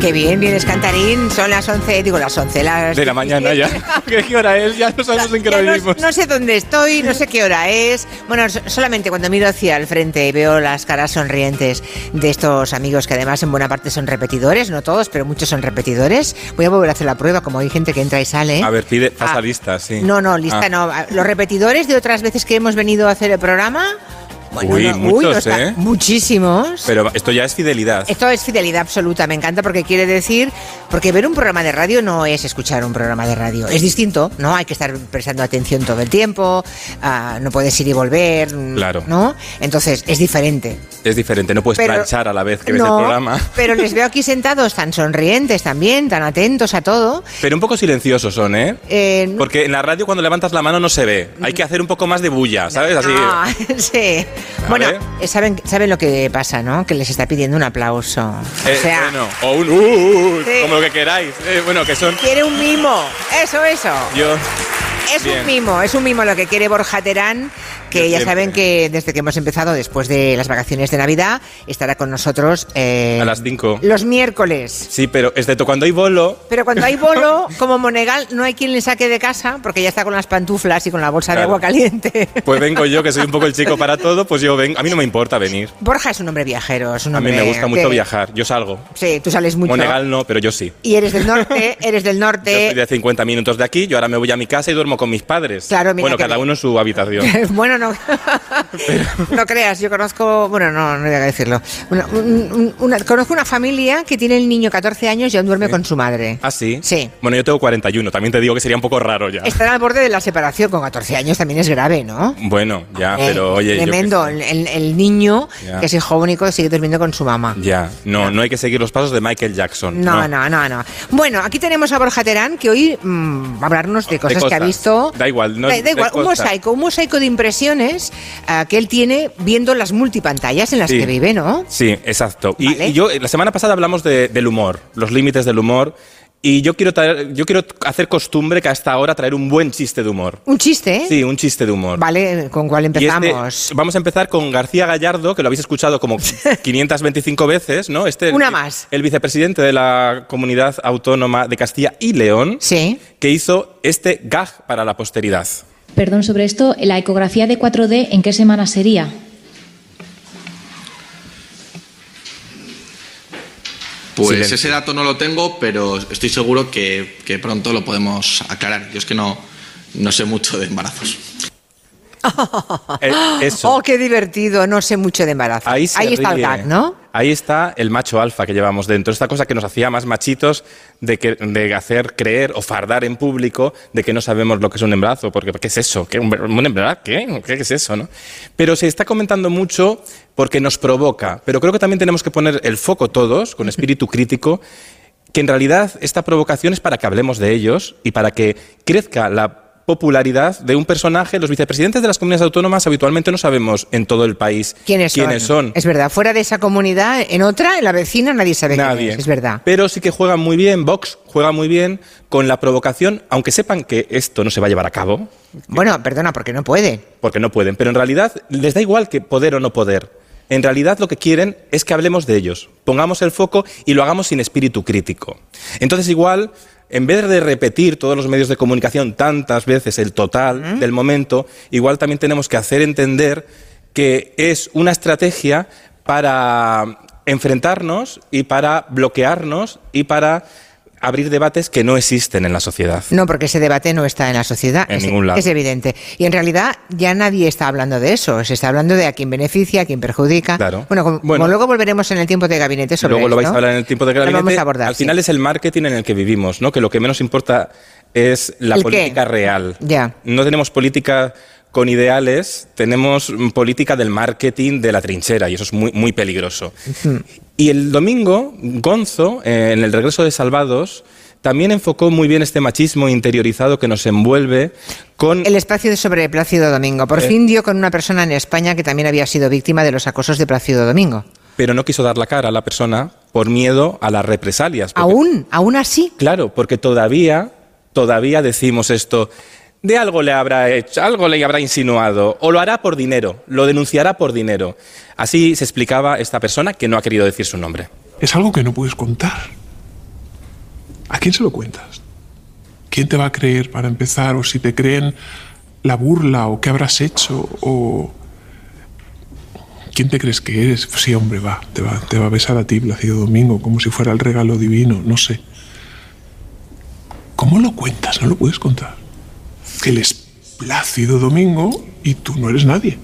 Qué bien, vienes cantarín. Son las 11, digo las 11. Las... De la mañana ya. ¿Qué hora es? Ya no sabemos en qué hora Ya no- vivimos. No, sé dónde estoy, no sé qué hora es. Bueno, so- solamente cuando miro hacia el frente y veo las caras sonrientes de estos amigos que además en buena parte son repetidores, no todos, pero muchos son repetidores. Voy a volver a hacer la prueba, como hay gente que entra y sale. ¿eh? A ver, pide, pasa Ah. lista, sí. No, no, lista Ah. no. Los repetidores de otras veces que hemos venido a hacer el programa. Uy, muchos, ¿eh? Muchísimos. Pero esto ya es fidelidad. Esto es fidelidad absoluta, me encanta porque quiere decir, porque ver un programa de radio no es escuchar un programa de radio, es distinto, ¿no? Hay que estar prestando atención todo el tiempo, ah, no puedes ir y volver, mm, Claro. ¿no? Entonces, es diferente. Es diferente, no puedes Pero- planchar a la vez que ves No, el programa. Pero les veo aquí sentados tan sonrientes también, tan atentos a todo. Pero un poco silenciosos son, ¿eh? Eh, Porque en la radio cuando levantas la mano no se ve. Hay que hacer un poco más de bulla, ¿sabes? Así. eh, Ah, sí. A Bueno, ver. eh, saben, saben lo que pasa, ¿no? Que les está pidiendo un aplauso. Eh, o sea, bueno, o un uh, uh, Sí. como lo que queráis. Eh, bueno, que son quiere un mimo. Eso, eso. yo Es Bien. un mimo, es un mimo lo que quiere Borja Terán, que Yo ya siempre. saben que desde que hemos empezado, después de las vacaciones de Navidad, estará con nosotros eh, a las 5. los miércoles. Sí, pero excepto cuando hay bolo, Pero cuando hay bolo, como Monegal, no hay quien le saque de casa porque ya está con las pantuflas y con la bolsa de Claro. agua caliente. pues vengo yo, que soy un poco el chico para todo, pues yo vengo. A mí no me importa venir. Borja es un hombre viajero, es un A mí hombre. me gusta mucho de- viajar. Yo salgo. Sí, tú sales mucho. Monegal no, pero yo sí. Y eres del norte, eres del Yo norte. estoy de 50 minutos de aquí, yo ahora me voy a mi casa y duermo con mis padres. Claro, mira bueno, que cada bien. uno en su habitación. Bueno, no. no creas, yo conozco. Bueno, no, no voy a decirlo. Una, un- un- una- conozco una familia que tiene el niño 14 años y aún duerme con su madre. ¿Ah, sí? Sí. Bueno, yo tengo 41, también te digo que sería un poco raro ya. Estar al borde de la separación con 14 años también es grave, ¿no? Bueno, Eh, ya, Ah, pero oye. yo qué Tremendo. sé. El, el- el niño, Ya. que es hijo único, sigue durmiendo con su mamá. Ya, no, no hay que seguir los pasos de Michael Jackson. No, no, no, no. Bueno, aquí tenemos a Borja Terán, que hoy mm, va a hablarnos de cosas, que ha cosas. visto. Da igual, no- Da, da de igual, un cosas. mosaico, un mosaico de impresiones ah, que él tiene viendo las multipantallas en las Sí. que vive, ¿no? Sí, exacto. Y, Vale. y yo, eh, la semana pasada hablamos de- del humor, los límites del humor. Y yo quiero, traer- yo quiero hacer costumbre que hasta ahora traer un buen chiste de humor. Un chiste, ¿eh? Sí, un chiste de humor. Vale, ¿con cuál Y este- empezamos? vamos a empezar con García Gallardo, que lo habéis escuchado como 525 veces, ¿no? Este, el- Una más. El vicepresidente de la comunidad autónoma de Castilla y León, Sí. que hizo este gag para la posteridad. Perdón sobre esto, la ecografía de 4D, ¿en qué semana sería? Pues Silencio. ese dato no lo tengo, pero estoy seguro que, que pronto lo podemos aclarar. Yo es que no, no sé mucho de embarazos. Eh, eso. Oh, qué divertido, no sé mucho de embarazo. Ahí, se está el ríe. gag, ¿no? Ahí está el macho alfa que llevamos dentro. Esta cosa que nos hacía más machitos de, que, de hacer creer o fardar en público de que no sabemos lo que es un embarazo. Porque, ¿qué es eso? ¿Qué, ¿Un un embarazo? ¿Qué? ¿Qué es eso? ¿no? Pero se está comentando mucho porque nos provoca. Pero creo que también tenemos que poner el foco todos, con espíritu crítico, que en realidad esta provocación es para que hablemos de ellos y para que crezca la popularidad de un personaje. Los vicepresidentes de las comunidades autónomas habitualmente no sabemos en todo el país ¿Quiénes, son. Es verdad, fuera de esa comunidad, en otra, en la vecina, nadie sabe quién Nadie. es, es verdad. Pero sí que juegan muy bien, Vox juega muy bien con la provocación, aunque sepan que esto no se va a llevar a cabo, Bueno, perdona, porque no puede. porque no pueden, pero en realidad les da igual que poder o no poder. En realidad lo que quieren es que hablemos de ellos, pongamos el foco y lo hagamos sin espíritu crítico. Entonces igual, en vez de repetir todos los medios de comunicación tantas veces el total del momento, igual también tenemos que hacer entender que es una estrategia para enfrentarnos y para bloquearnos y para abrir debates que no existen en la sociedad. No, porque ese debate no está en la sociedad. En es, ningún lado. Es evidente. Y en realidad ya nadie está hablando de eso. Se está hablando de a quién beneficia, a quién perjudica. Claro. Bueno, como, Bueno. como luego volveremos en el tiempo de gabinete sobre Luego lo vais esto, a hablar en el tiempo de lo gabinete. vamos a abordar. Al sí. final es el marketing en el que vivimos, ¿no? Que lo que menos importa es la ¿El qué? política real. Ya. No tenemos política con ideales, tenemos mm, política del marketing de la trinchera y eso es muy, muy peligroso. Y el domingo, Gonzo, eh, en el regreso de Salvados, también enfocó muy bien este machismo interiorizado que nos envuelve con... El espacio de sobre Plácido Domingo. Por Eh. fin dio con una persona en España que también había sido víctima de los acosos de Plácido Domingo. Pero no quiso dar la cara a la persona por miedo a las represalias. porque- Aún, aún así. Claro, porque todavía, todavía decimos esto. De algo le habrá hecho, algo le habrá insinuado, o lo hará por dinero, lo denunciará por dinero. Así se explicaba esta persona que no ha querido decir su nombre. es algo que no puedes contar. ¿A quién se lo cuentas? ¿Quién te va a creer para empezar? O si te creen la burla o qué habrás hecho o... ¿Quién te crees que eres? Pues sí, hombre, va, te va, te va a besar a ti, Placido Domingo, como si fuera el regalo divino, no sé. ¿Cómo lo cuentas? No lo puedes contar. Él es Plácido Domingo y tú no eres nadie.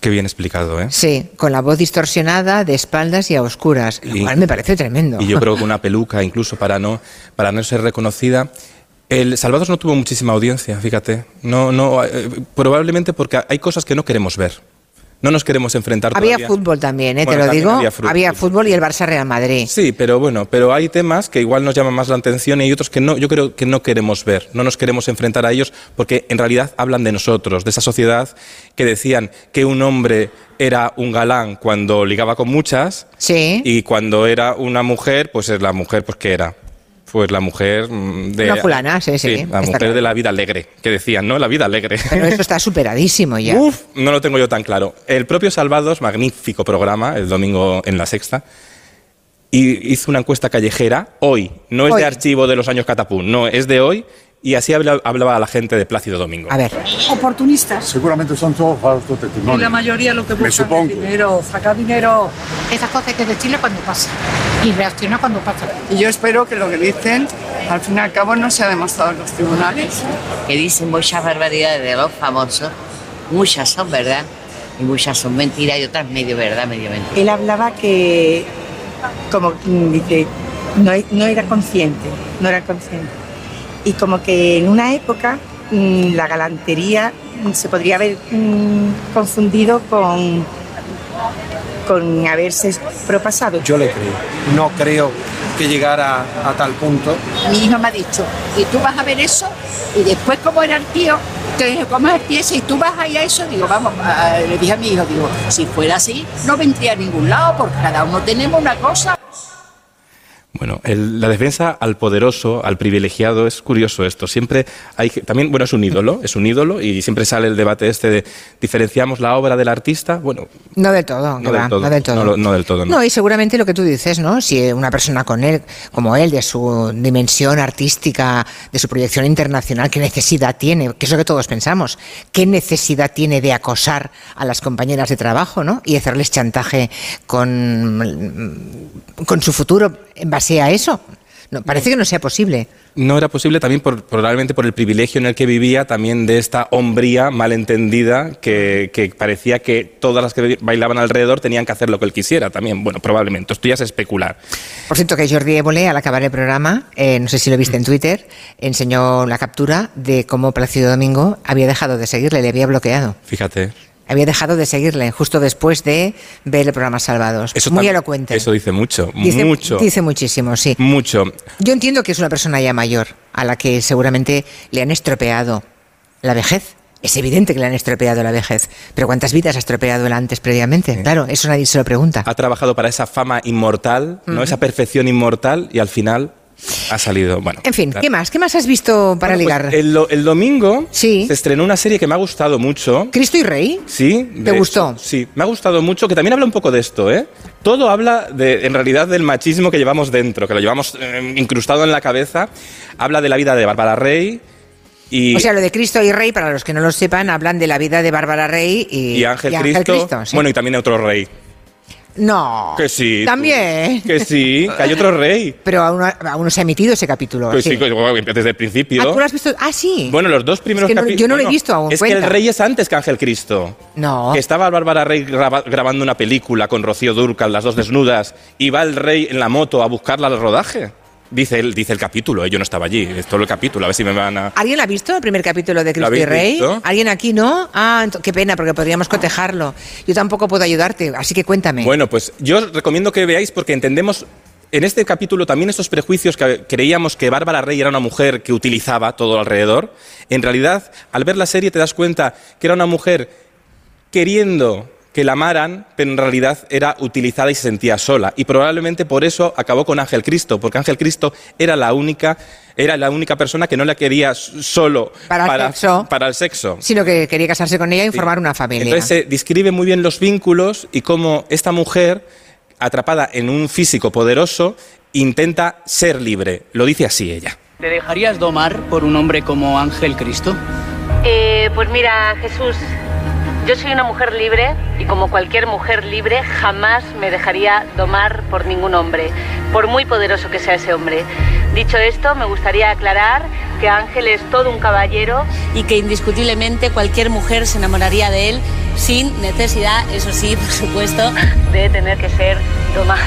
Qué bien explicado, ¿eh? Sí, con la voz distorsionada, de espaldas y a oscuras, lo Y- cual me parece tremendo. Y yo creo que una peluca, incluso para no, para no ser reconocida. El Salvados no tuvo muchísima audiencia, fíjate. No, no, eh, probablemente porque hay cosas que no queremos ver. No nos queremos enfrentar había todavía. fútbol también, ¿eh? Bueno, te lo también digo. había Había fru- fútbol, y el Barça Real Madrid. Sí, pero bueno, pero hay temas que igual nos llaman más la atención y hay otros que no, yo creo que no queremos ver, no nos queremos enfrentar a ellos porque en realidad hablan de nosotros, de esa sociedad que decían que un hombre era un galán cuando ligaba con muchas Sí. y cuando era una mujer, pues es la mujer pues que era. Pues la mujer mm, de... Una fulana, sí, sí, está la mujer claro. de la vida alegre, que decían, ¿no? La vida alegre. Pero eso está superadísimo ya. Uf, no lo tengo yo tan claro. El propio Salvados, magnífico programa, el domingo en la sexta, y hizo una encuesta callejera hoy. No es Hoy. de archivo de los años Catapún, no, es de hoy. Y así habla- hablaba la gente de Plácido Domingo. A ver, oportunistas. Seguramente son todos falsos testimonios. Y la mayoría lo que Me buscan es supongo. dinero, sacar dinero. Esas cosas hay que decirle cuando pasa y reaccionar cuando pasa. Y yo espero que lo que dicen, al fin y al cabo, no sea demostrado en los tribunales. que dicen muchas barbaridades de los famosos, muchas son verdad y muchas son mentiras y otras medio verdad, medio mentira. Él hablaba que, como quien dice, no, e- no era consciente, no era consciente. Y como que en una época mm, la galantería mm, se podría haber mm, confundido con, con haberse propasado. Yo le creo. No creo que llegara a tal punto. Mi hijo me ha dicho, y tú vas a ver eso, y después como era el tío, que como es el tío ese, y tú vas ahí a eso, digo, vamos, a- le dije a mi hijo, digo, si fuera así, no vendría a ningún lado, porque cada uno tenemos una cosa. Bueno, el- la defensa al poderoso, al privilegiado, es curioso esto. Siempre hay que, también, bueno, es un ídolo, es un ídolo y siempre sale el debate este de diferenciamos la obra del artista. Bueno, no del todo, No que del va, todo, no del todo. no lo- no del todo, no. y seguramente lo que tú dices, ¿no? Si una persona con él, como él, de su dimensión artística, de su proyección internacional, ¿qué necesidad tiene? Que es lo que todos pensamos. ¿Qué necesidad tiene de acosar a las compañeras de trabajo, ¿no? Y hacerles chantaje con, con su futuro en base a eso. No, parece que no sea posible. No era posible también por, probablemente por el privilegio en el que vivía, también de esta hombría malentendida que, que parecía que todas las que bailaban alrededor tenían que hacer lo que él quisiera también. Bueno, probablemente. Esto ya es especular. Por cierto, que Jordi Évole, al acabar el programa, eh, no sé si lo viste Mm. en Twitter, enseñó la captura de cómo Plácido Domingo había dejado de seguirle, le había bloqueado. Fíjate. Había dejado de seguirle justo después de ver el programa Salvados. Eso Muy tam- elocuente. Eso dice mucho, Dice- mucho, Dice muchísimo, sí. mucho. Yo entiendo que es una persona ya mayor, a la que seguramente le han estropeado la vejez. Es evidente que le han estropeado la vejez. Pero ¿cuántas vidas ha estropeado él antes previamente? Claro, eso nadie se lo pregunta. Ha trabajado para esa fama inmortal, ¿no? Esa perfección inmortal y al final ha salido, bueno. En fin, claro. ¿qué más? ¿Qué más has visto para Bueno, pues, ligar? el, do- el domingo Sí. se estrenó una serie que me ha gustado mucho. ¿Cristo y Rey? Sí. de gustó? hecho, sí, me ha gustado mucho, que también habla un poco de esto, ¿eh? Todo habla, de, en realidad, del machismo que llevamos dentro, que lo llevamos eh, incrustado en la cabeza. Habla de la vida de Bárbara Rey y, O sea, lo de Cristo y Rey, para los que no lo sepan, hablan de la vida de Bárbara Rey y, y Ángel, y Cristo. sí. Bueno, y también otro rey. no. Que sí. tú. También. Que sí, que hay otro rey. Pero aún, no- aún no se ha emitido ese capítulo. Que sí, sí. que- bueno, desde el principio. Ah, ¿tú lo has visto? Ah, sí. Bueno, los dos primeros que no- capi- yo no lo he bueno, visto aún, Es que cuenta. el rey es antes que Ángel Cristo. No. Que estaba Bárbara Rey graba- grabando una película con Rocío Durcal, las dos desnudas, y va el rey en la moto a buscarla al rodaje. Dice él, dice el capítulo, eh, yo no estaba allí, es todo el capítulo, a ver si me van a. ¿Alguien la ha visto el primer capítulo de Cristo y habéis Rey? visto? ¿Alguien aquí no? Ah, ento- qué pena, porque podríamos cotejarlo. Yo tampoco puedo ayudarte, así que cuéntame. Bueno, pues yo os recomiendo que veáis porque entendemos en este capítulo también esos prejuicios que creíamos que Bárbara Rey era una mujer que utilizaba todo alrededor. En realidad, al ver la serie te das cuenta que era una mujer queriendo que que la amaran, pero en realidad era utilizada y se sentía sola. Y probablemente por eso acabó con Ángel Cristo, porque Ángel Cristo era la única, era la única persona que no la quería s- solo Para el sexo. para el sexo. Sino que quería casarse con ella y formar una familia. Entonces se describe muy bien los vínculos y cómo esta mujer, atrapada en un físico poderoso, intenta ser libre. Lo dice así ella. ¿Te dejarías domar por un hombre como Ángel Cristo? Eh, pues mira, Jesús, yo soy una mujer libre y como cualquier mujer libre jamás me dejaría domar por ningún hombre, por muy poderoso que sea ese hombre. Dicho esto, me gustaría aclarar que Ángel es todo un caballero y que indiscutiblemente cualquier mujer se enamoraría de él sin necesidad, eso sí, por supuesto, de tener que ser domada.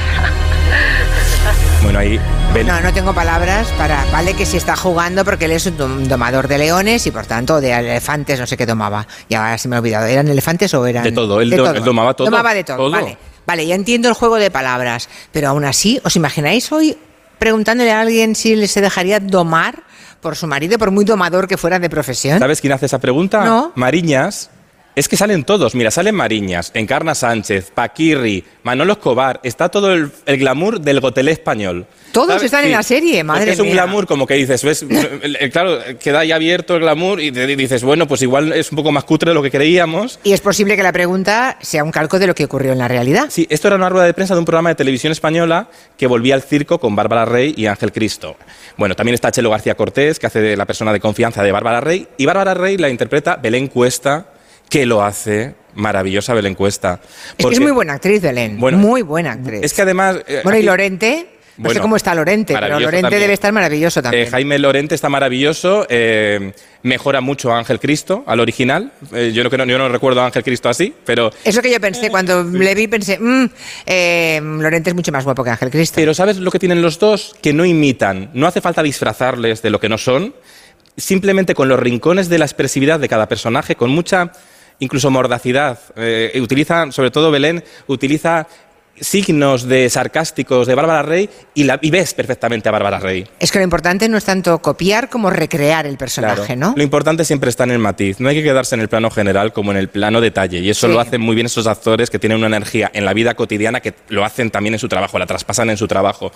Bueno, ahí ven. No, no tengo palabras para. Vale, que si está jugando porque él es un dom- domador de leones y por tanto de elefantes, no sé qué domaba. Ya ahora se me ha olvidado. ¿Eran elefantes o eran.? De todo, él do- él domaba todo. Domaba de todo, Todo. Vale. Vale, ya entiendo el juego de palabras, pero aún así, ¿os imagináis hoy preguntándole a alguien si le- se dejaría domar por su marido, por muy domador que fuera de profesión? ¿Sabes quién hace esa pregunta? ¿eh? No. Mariñas. Es que salen todos, mira, salen Mariñas, Encarna Sánchez, Paquirri, Manolo Escobar, está todo el, el glamour del gotelé español. Todos ¿Sabes? están en Sí. la serie, madre Porque es un mía. glamour como que dices, ves, el- el- claro, queda ahí abierto el glamour y te- dices, bueno, pues igual es un poco más cutre de lo que creíamos. Y es posible que la pregunta sea un calco de lo que ocurrió en la realidad. Sí, esto era una rueda de prensa de un programa de televisión española que volvía al circo con Bárbara Rey y Ángel Cristo. Bueno, también está Chelo García Cortés, que hace de la persona de confianza de Bárbara Rey, y Bárbara Rey la interpreta Belén Cuesta, que lo hace maravillosa Belén Cuesta. Es que Porque- es muy buena actriz, Belén. Bueno, muy buena actriz. Es que además... eh, bueno, y aquí- Lorente. No sé Bueno, cómo está Lorente, pero maravilloso Lorente también. debe estar maravilloso también. Eh, Jaime Lorente está maravilloso, eh, mejora mucho a Ángel Cristo, al original. Eh, yo, no, creo- yo no recuerdo a Ángel Cristo así, pero Eso que yo pensé cuando le vi, pensé, "Mm, eh, Lorente es mucho más guapo que Ángel Cristo. Pero ¿sabes lo que tienen los dos? Que no imitan. No hace falta disfrazarles de lo que no son. Simplemente con los rincones de la expresividad de cada personaje, con mucha incluso mordacidad. Eh, y utiliza, sobre todo Belén, utiliza signos de sarcásticos de Bárbara Rey y, la, y ves perfectamente a Bárbara Rey. Es que lo importante no es tanto copiar como recrear el personaje, Claro. ¿no? Lo importante siempre está en el matiz. No hay que quedarse en el plano general como en el plano detalle. Y eso Sí. lo hacen muy bien esos actores que tienen una energía en la vida cotidiana que lo hacen también en su trabajo, la traspasan en su trabajo.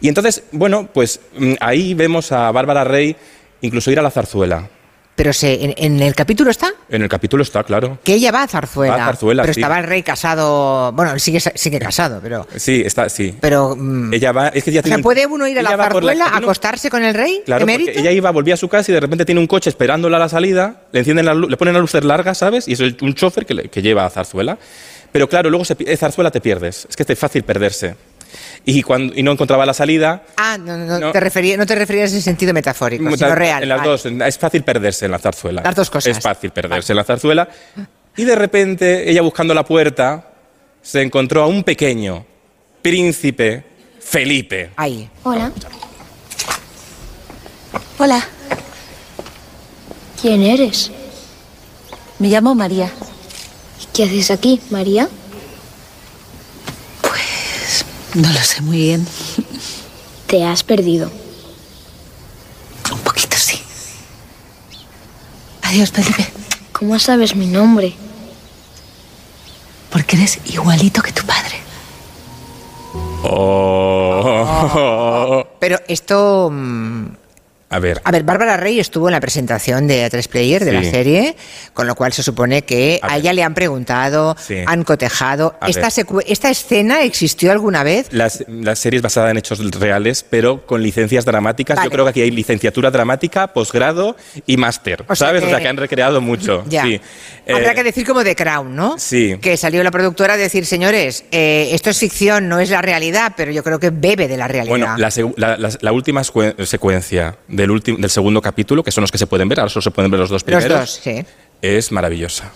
Y entonces, bueno, pues mm, ahí vemos a Bárbara Rey incluso ir a la zarzuela. Pero se, en, en el capítulo está En el capítulo está, claro. que ella va a Zarzuela. Va a Zarzuela, pero sí. estaba el rey casado. Bueno, él sigue, sigue casado, pero. Sí, está, sí. Pero. mm, ella va. Es que ya O sea, ¿puede uno ir a la ella va por la- zarzuela, tiene un- acostarse con el rey? Claro, porque emérito? ella iba, volvía a su casa y de repente tiene un coche esperándola a la salida, le encienden la lu- le ponen las luces largas, ¿sabes? Y es el- un chofer que, le- que lleva a Zarzuela. Pero claro, luego se, pi- eh, Zarzuela te pierdes, es que es fácil perderse. Y, cuando, y no encontraba la salida, Ah, no, no, no, Te refería, no te referías en sentido metafórico, Mu- sino tal- real. En las vale. dos, en- es fácil perderse en la zarzuela. Las dos cosas. Es fácil perderse en la zarzuela. Y de repente, ella buscando la puerta, se encontró a un pequeño príncipe Felipe. Ahí. Hola. Hola. ¿Quién eres? Me llamo María. ¿Y qué haces aquí, María? No lo sé muy bien. Te has perdido. Un poquito sí. Adiós, Felipe. ¿Cómo sabes mi nombre? Porque eres igualito que tu padre. Oh. Pero esto. mm, A ver. A ver, Bárbara Rey estuvo en la presentación de A3 Player de Sí. la serie, con lo cual se supone que a, ella le han preguntado, Sí. han cotejado. A Esta, ver. secu- ¿Esta escena existió alguna vez? Las, las series basadas en hechos reales, pero con licencias dramáticas. Vale. Yo creo que aquí hay licenciatura dramática, posgrado y máster. O sea ¿Sabes? que- O sea, que han recreado mucho. Ya. Sí. Habrá Eh, que decir como de Crown, ¿no? sí. Que salió la productora a decir, señores, eh, esto es ficción, no es la realidad, pero yo creo que bebe de la realidad. Bueno, la, segu- la- la- la última secue- secuencia del, último del segundo capítulo, que son los que se pueden ver, ahora solo se pueden ver los dos Los primeros, dos, sí. es maravillosa.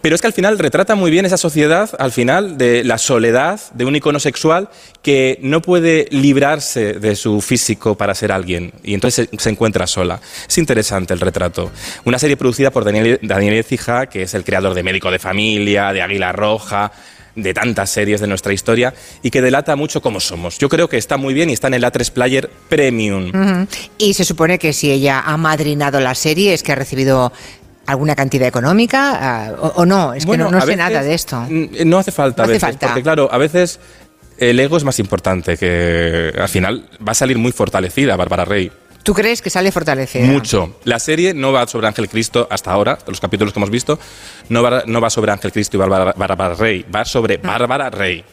Pero es que al final retrata muy bien esa sociedad, al final, de la soledad de un icono sexual que no puede librarse de su físico para ser alguien. Y entonces se, se encuentra sola. Es interesante el retrato. Una serie producida por Daniel, Daniel Ecija, que es el creador de Médico de Familia, de Águila Roja, de tantas series de nuestra historia, y que delata mucho cómo somos. Yo creo que está muy bien y está en el A3 Player Premium. Ujú. Y se supone que si ella ha madrinado la serie es que ha recibido alguna cantidad económica ah, o, o no? Es Bueno, que no, no a sé veces, nada de esto. mm, No hace falta, a No hace veces, falta. porque claro, a veces el ego es más importante que al final va a salir muy fortalecida Bárbara Rey. ¿Tú crees que sale fortalecida? Mucho. La serie no va sobre Ángel Cristo hasta ahora, los capítulos que hemos visto, no va, no va sobre Ángel Cristo y Bárbara, Bárbara Rey, va Ah. sobre Bárbara Rey.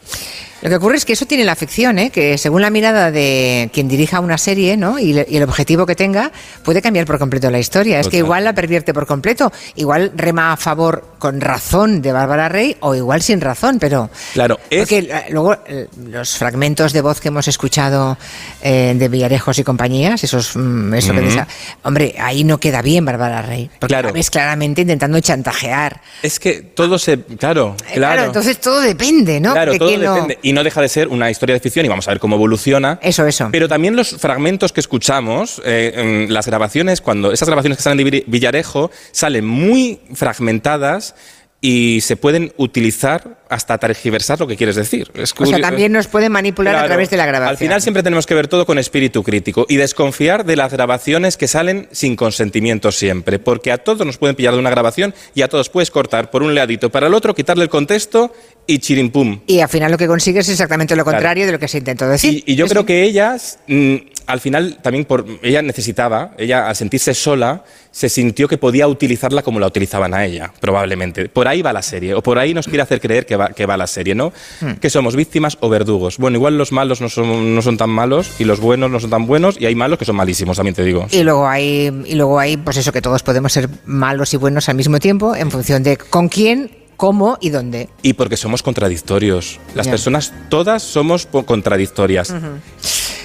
Lo que ocurre es que eso tiene la ficción, ¿eh? que según la mirada de quien dirija una serie ¿no? y, le- y el objetivo que tenga, puede cambiar por completo la historia. Es que Total. igual la pervierte por completo, igual rema a favor con razón de Bárbara Rey o igual sin razón, pero... Claro, es, Porque eh, luego eh, los fragmentos de voz que hemos escuchado eh, de Villarejos y compañías, esos, mm, eso que Ujú. desa- hombre, ahí no queda bien Bárbara Rey. Porque Claro. la ves claramente intentando chantajear. Eh, es que todo se... Claro, claro. Claro, entonces todo depende, ¿no? Claro, De todo quién lo- depende. Y no deja de ser una historia de ficción y vamos a ver cómo evoluciona. Eso, eso. Pero también los fragmentos que escuchamos, eh, en las grabaciones, cuando esas grabaciones que salen de Viri- Villarejo, salen muy fragmentadas y se pueden utilizar hasta tergiversar lo que quieres decir. Es O sea, curio- también nos puede manipular a Claro. través de la grabación. Al final siempre tenemos que ver todo con espíritu crítico y desconfiar de las grabaciones que salen sin consentimiento siempre, porque a todos nos pueden pillar de una grabación y a todos puedes cortar por un ladito para el otro, quitarle el contexto y chirimpum. Y al final lo que consigues es exactamente lo Claro. contrario de lo que se intentó decir. Y, y yo Es- creo que ellas, mm, al final, también por ella necesitaba, ella al sentirse sola, se sintió que podía utilizarla como la utilizaban a ella, probablemente. Por ahí va la serie, o por ahí nos quiere hacer creer que va, que va la serie, ¿no? Hmm. Que somos víctimas o verdugos. Bueno, igual los malos no son, no son tan malos y los buenos no son tan buenos y hay malos que son malísimos, también te digo. Y luego hay, y luego hay, pues eso, que todos podemos ser malos y buenos al mismo tiempo en función de con quién, cómo y dónde. Y porque somos contradictorios. Las Ya. personas todas somos po- contradictorias. Ujú.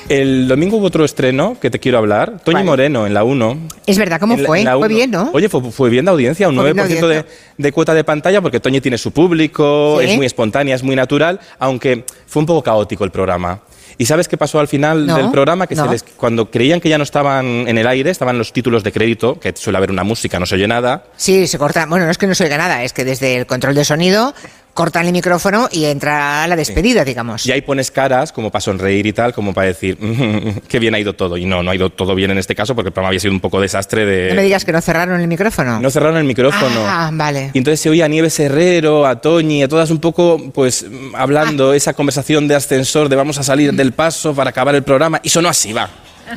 El domingo hubo otro estreno que te quiero hablar. Toñi ¿Cuál? Moreno en la 1. Es verdad, ¿cómo En la- fue? en la Fue uno. bien, ¿no? Oye, fue, fue bien de audiencia, un Fue bien de 9% de, audiencia. de cuota de pantalla, porque Toñi tiene su público, Sí. es muy espontánea, es muy natural, aunque fue un poco caótico el programa. ¿Y sabes qué pasó al final No, del programa? Que se no. les- cuando creían que ya no estaban en el aire, estaban los títulos de crédito, que suele haber una música, no se oye nada. Sí, se corta. Bueno, no es que no se oiga nada, es que desde el control de sonido cortan el micrófono y entra la despedida, digamos. Y ahí pones caras como para sonreír y tal, como para decir, "Mm, qué bien ha ido todo. Y no, no ha ido todo bien en este caso, porque el programa había sido un poco desastre de... No me digas que no cerraron el micrófono. No cerraron el micrófono. Ah, vale. Y entonces se oía a Nieves Herrero, a Toñi, a todas un poco, pues, mm, hablando esa conversación de ascensor de vamos a salir del paso para acabar el programa. Y sonó así, va.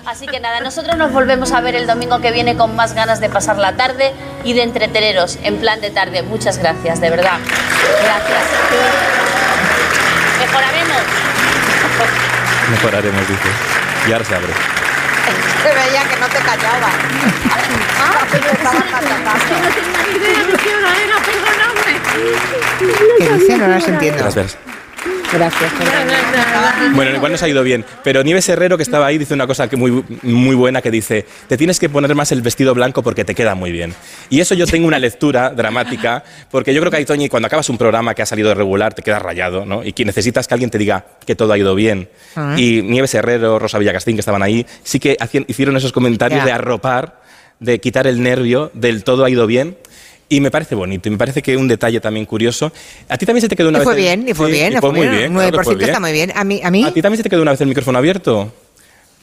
Así que nada, nosotros nos volvemos a ver el domingo que viene con más ganas de pasar la tarde y de entreteneros en plan de tarde. Muchas gracias, de verdad. Gracias. Mejoraremos. Mejoraremos, dice. Y ahora se abre. Se veía que no te callaba. Ah, que te estaba patacando. ¿Qué dicen? No las entiendo. Verás, verás. Gracias. Bueno, igual nos ha ido bien. Pero Nieves Herrero, que estaba ahí, dice una cosa que muy, muy buena, que dice, te tienes que poner más el vestido blanco porque te queda muy bien. Y eso yo tengo una lectura dramática, porque yo creo que ahí, Toñi, cuando acabas un programa que ha salido regular, te quedas rayado, ¿no? Y que necesitas que alguien te diga que todo ha ido bien. Ah. Y Nieves Herrero, Rosa Villacastín, que estaban ahí, sí que hacían- hicieron esos comentarios Ya. de arropar, de quitar el nervio, del todo ha ido bien. Y me parece bonito, y me parece que un detalle también curioso. A ti también se te quedó una Y vez. fue el- bien, y fue Sí, bien. y fue muy bien. Un claro 9% que fue está bien. muy bien. A mí, a mí ¿A ti también se te quedó una vez el micrófono abierto?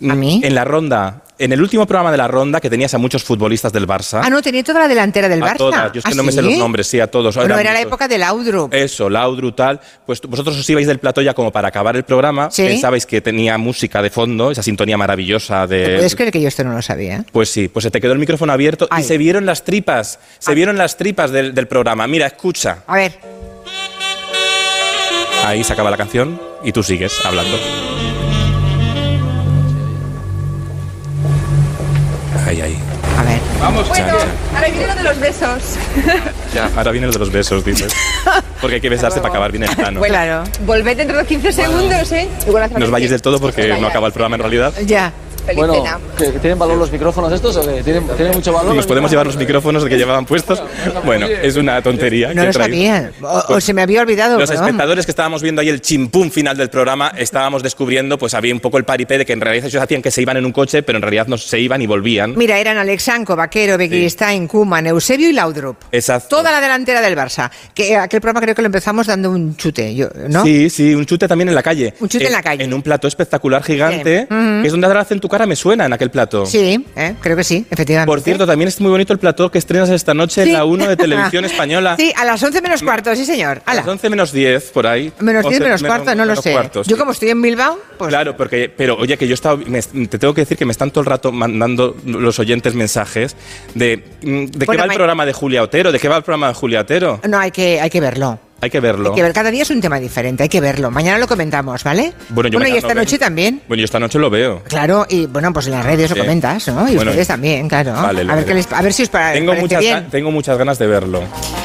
¿A mí? En la ronda. En el último programa de la ronda, que tenías a muchos futbolistas del Barça. Ah, no, tenía toda la delantera del a Barça. todas. Yo es que ¿Ah, no me sé sí? los nombres, sí, a todos. Bueno, Eran era la muchos. época del Audrup. Eso, Laudru, tal. Pues tú- vosotros os ibais del plató ya como para acabar el programa. Sí. Pensabais que tenía música de fondo, esa sintonía maravillosa ¿Te de. puedes creer que yo esto no lo sabía? Pues sí, pues se te quedó el micrófono abierto y se vieron las tripas. Ah. Se vieron las tripas del, del programa. Mira, escucha. A ver. Ahí se acaba la canción y tú sigues hablando. Ahí, ahí. A ver. Vamos, Bueno, ahora viene lo de los besos. Ya, ahora viene lo de los besos, dices. Porque hay que besarse para acabar bien el plano. Bueno, volved dentro de 15 segundos, ¿eh? Igual Nos vayáis del todo porque no acaba el programa en realidad. Ya. Feliz Bueno, cena. ¿que- que ¿tienen valor los micrófonos estos o qué? ¿Tienen, tienen mucho valor? ¿Nos podemos llevar los micrófonos que llevaban puestos? Bueno, es una tontería. No que lo he traído. Pues, sabía. O, o se me había olvidado. Los perdón. espectadores que estábamos viendo ahí el chimpún final del programa, estábamos descubriendo, pues había un poco el paripé de que en realidad ellos hacían que se iban en un coche, pero en realidad no se iban y volvían. Mira, eran Alexanco, Vaquero, Becky Stein, Kuman, Eusebio y Laudrup. Exacto. Toda la delantera del Barça. Que aquel programa creo que lo empezamos dando un chute, yo- ¿no? Sí, sí, un chute también en la calle. Un chute en la calle. En un plato espectacular gigante, Sí. Ujú. que es donde ahora hacen tu Bárbara me suena en aquel plato. Sí, eh, creo que sí, efectivamente. Por cierto, también es muy bonito el plató que estrenas esta noche en Sí. Ah. la 1 de Televisión Española. Sí, a las 11 menos cuarto, sí, señor. A Ala. las 11 menos 10, por ahí. Menos 10 11 menos cuarto, no lo menos sé. cuarto, sí. Yo como estoy en Bilbao, pues, Claro, porque, pero oye, que yo estaba, me- te tengo que decir que me están todo el rato mandando los oyentes mensajes de mm, de qué Bueno, va el ma- programa de Julia Otero, de qué va el programa de Julia Otero. no hay que, hay que verlo. Hay que verlo. Hay que ver, cada día es un tema diferente, hay que verlo. Mañana lo comentamos, ¿vale? Bueno, yo y mañana esta lo noche veo. también. Bueno, yo esta noche lo veo. Claro, y bueno, pues en las redes Sí. lo comentas, ¿no? Y Bueno, ustedes también, claro. Vale, lo a, ver veré. qué les- a ver si os para- Tengo Ah, parece muchas, bien. ga- tengo muchas ganas de verlo.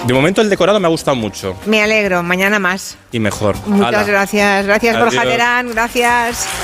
De momento el decorado me ha gustado mucho Me alegro, mañana más. y mejor. Muchas Ala. gracias. Gracias, Borja Adiós. Terán, gracias.